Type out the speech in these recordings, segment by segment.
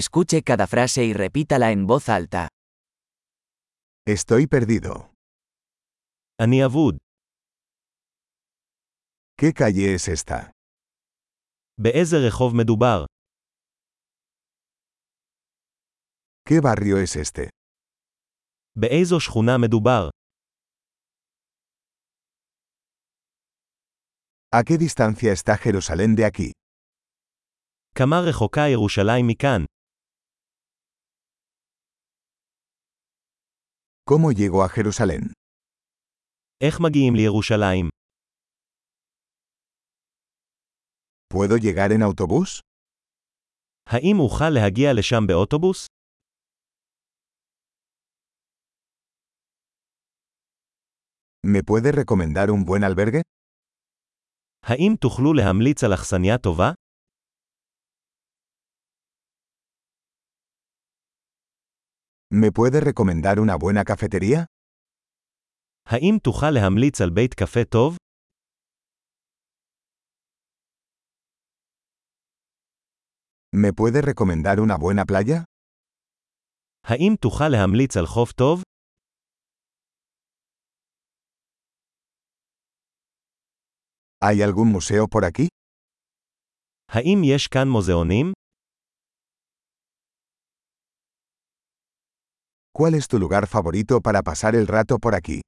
Escuche cada frase y repítala en voz alta. Estoy perdido. אני אבוד. ¿Qué calle es esta? באיזה רחוב מדובר? ¿Qué barrio es este? באיזו שכונה מדובר? ¿A qué distancia está Jerusalén de aquí? כמה רחוקה ירושלים מכאן? ¿Cómo llego a Jerusalén? איך מגיעים לירושלים? ¿Puedo llegar en autobús? האם אוכל להגיע לשם באוטובוס? ¿Me puede recomendar un buen albergue? האם תוכלו להמליץ על אכסניה טובה? ¿Me puede recomendar una buena cafetería? האם תוכל להמליץ על בית קפה טוב? ¿Me puede recomendar una buena playa? האם תוכל להמליץ על חוף טוב? ¿Hay algún museo por aquí? האם יש כאן מוזיאונים? ¿Cuál es tu lugar favorito para pasar el rato por aquí?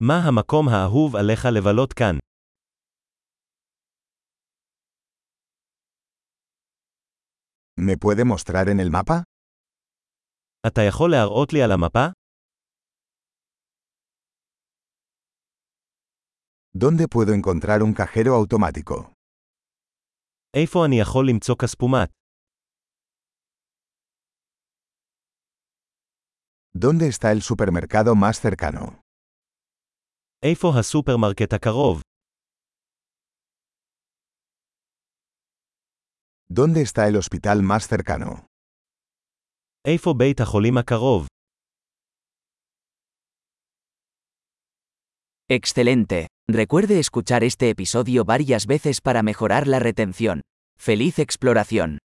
מה המקום האהוב עליך לבלות כאן? ¿Me puede mostrar en el mapa? אתה יכול להראות לי על המפה? ¿Dónde puedo encontrar un cajero automático? איפה אני יכול למצוא כספומט? ¿Dónde está el supermercado más cercano? איפה הסופרמרקט הקרוב? ¿Dónde está el hospital más cercano? איפה בית החולים הקרוב? Excelente. Recuerde escuchar este episodio varias veces para mejorar la retención. ¡Feliz exploración!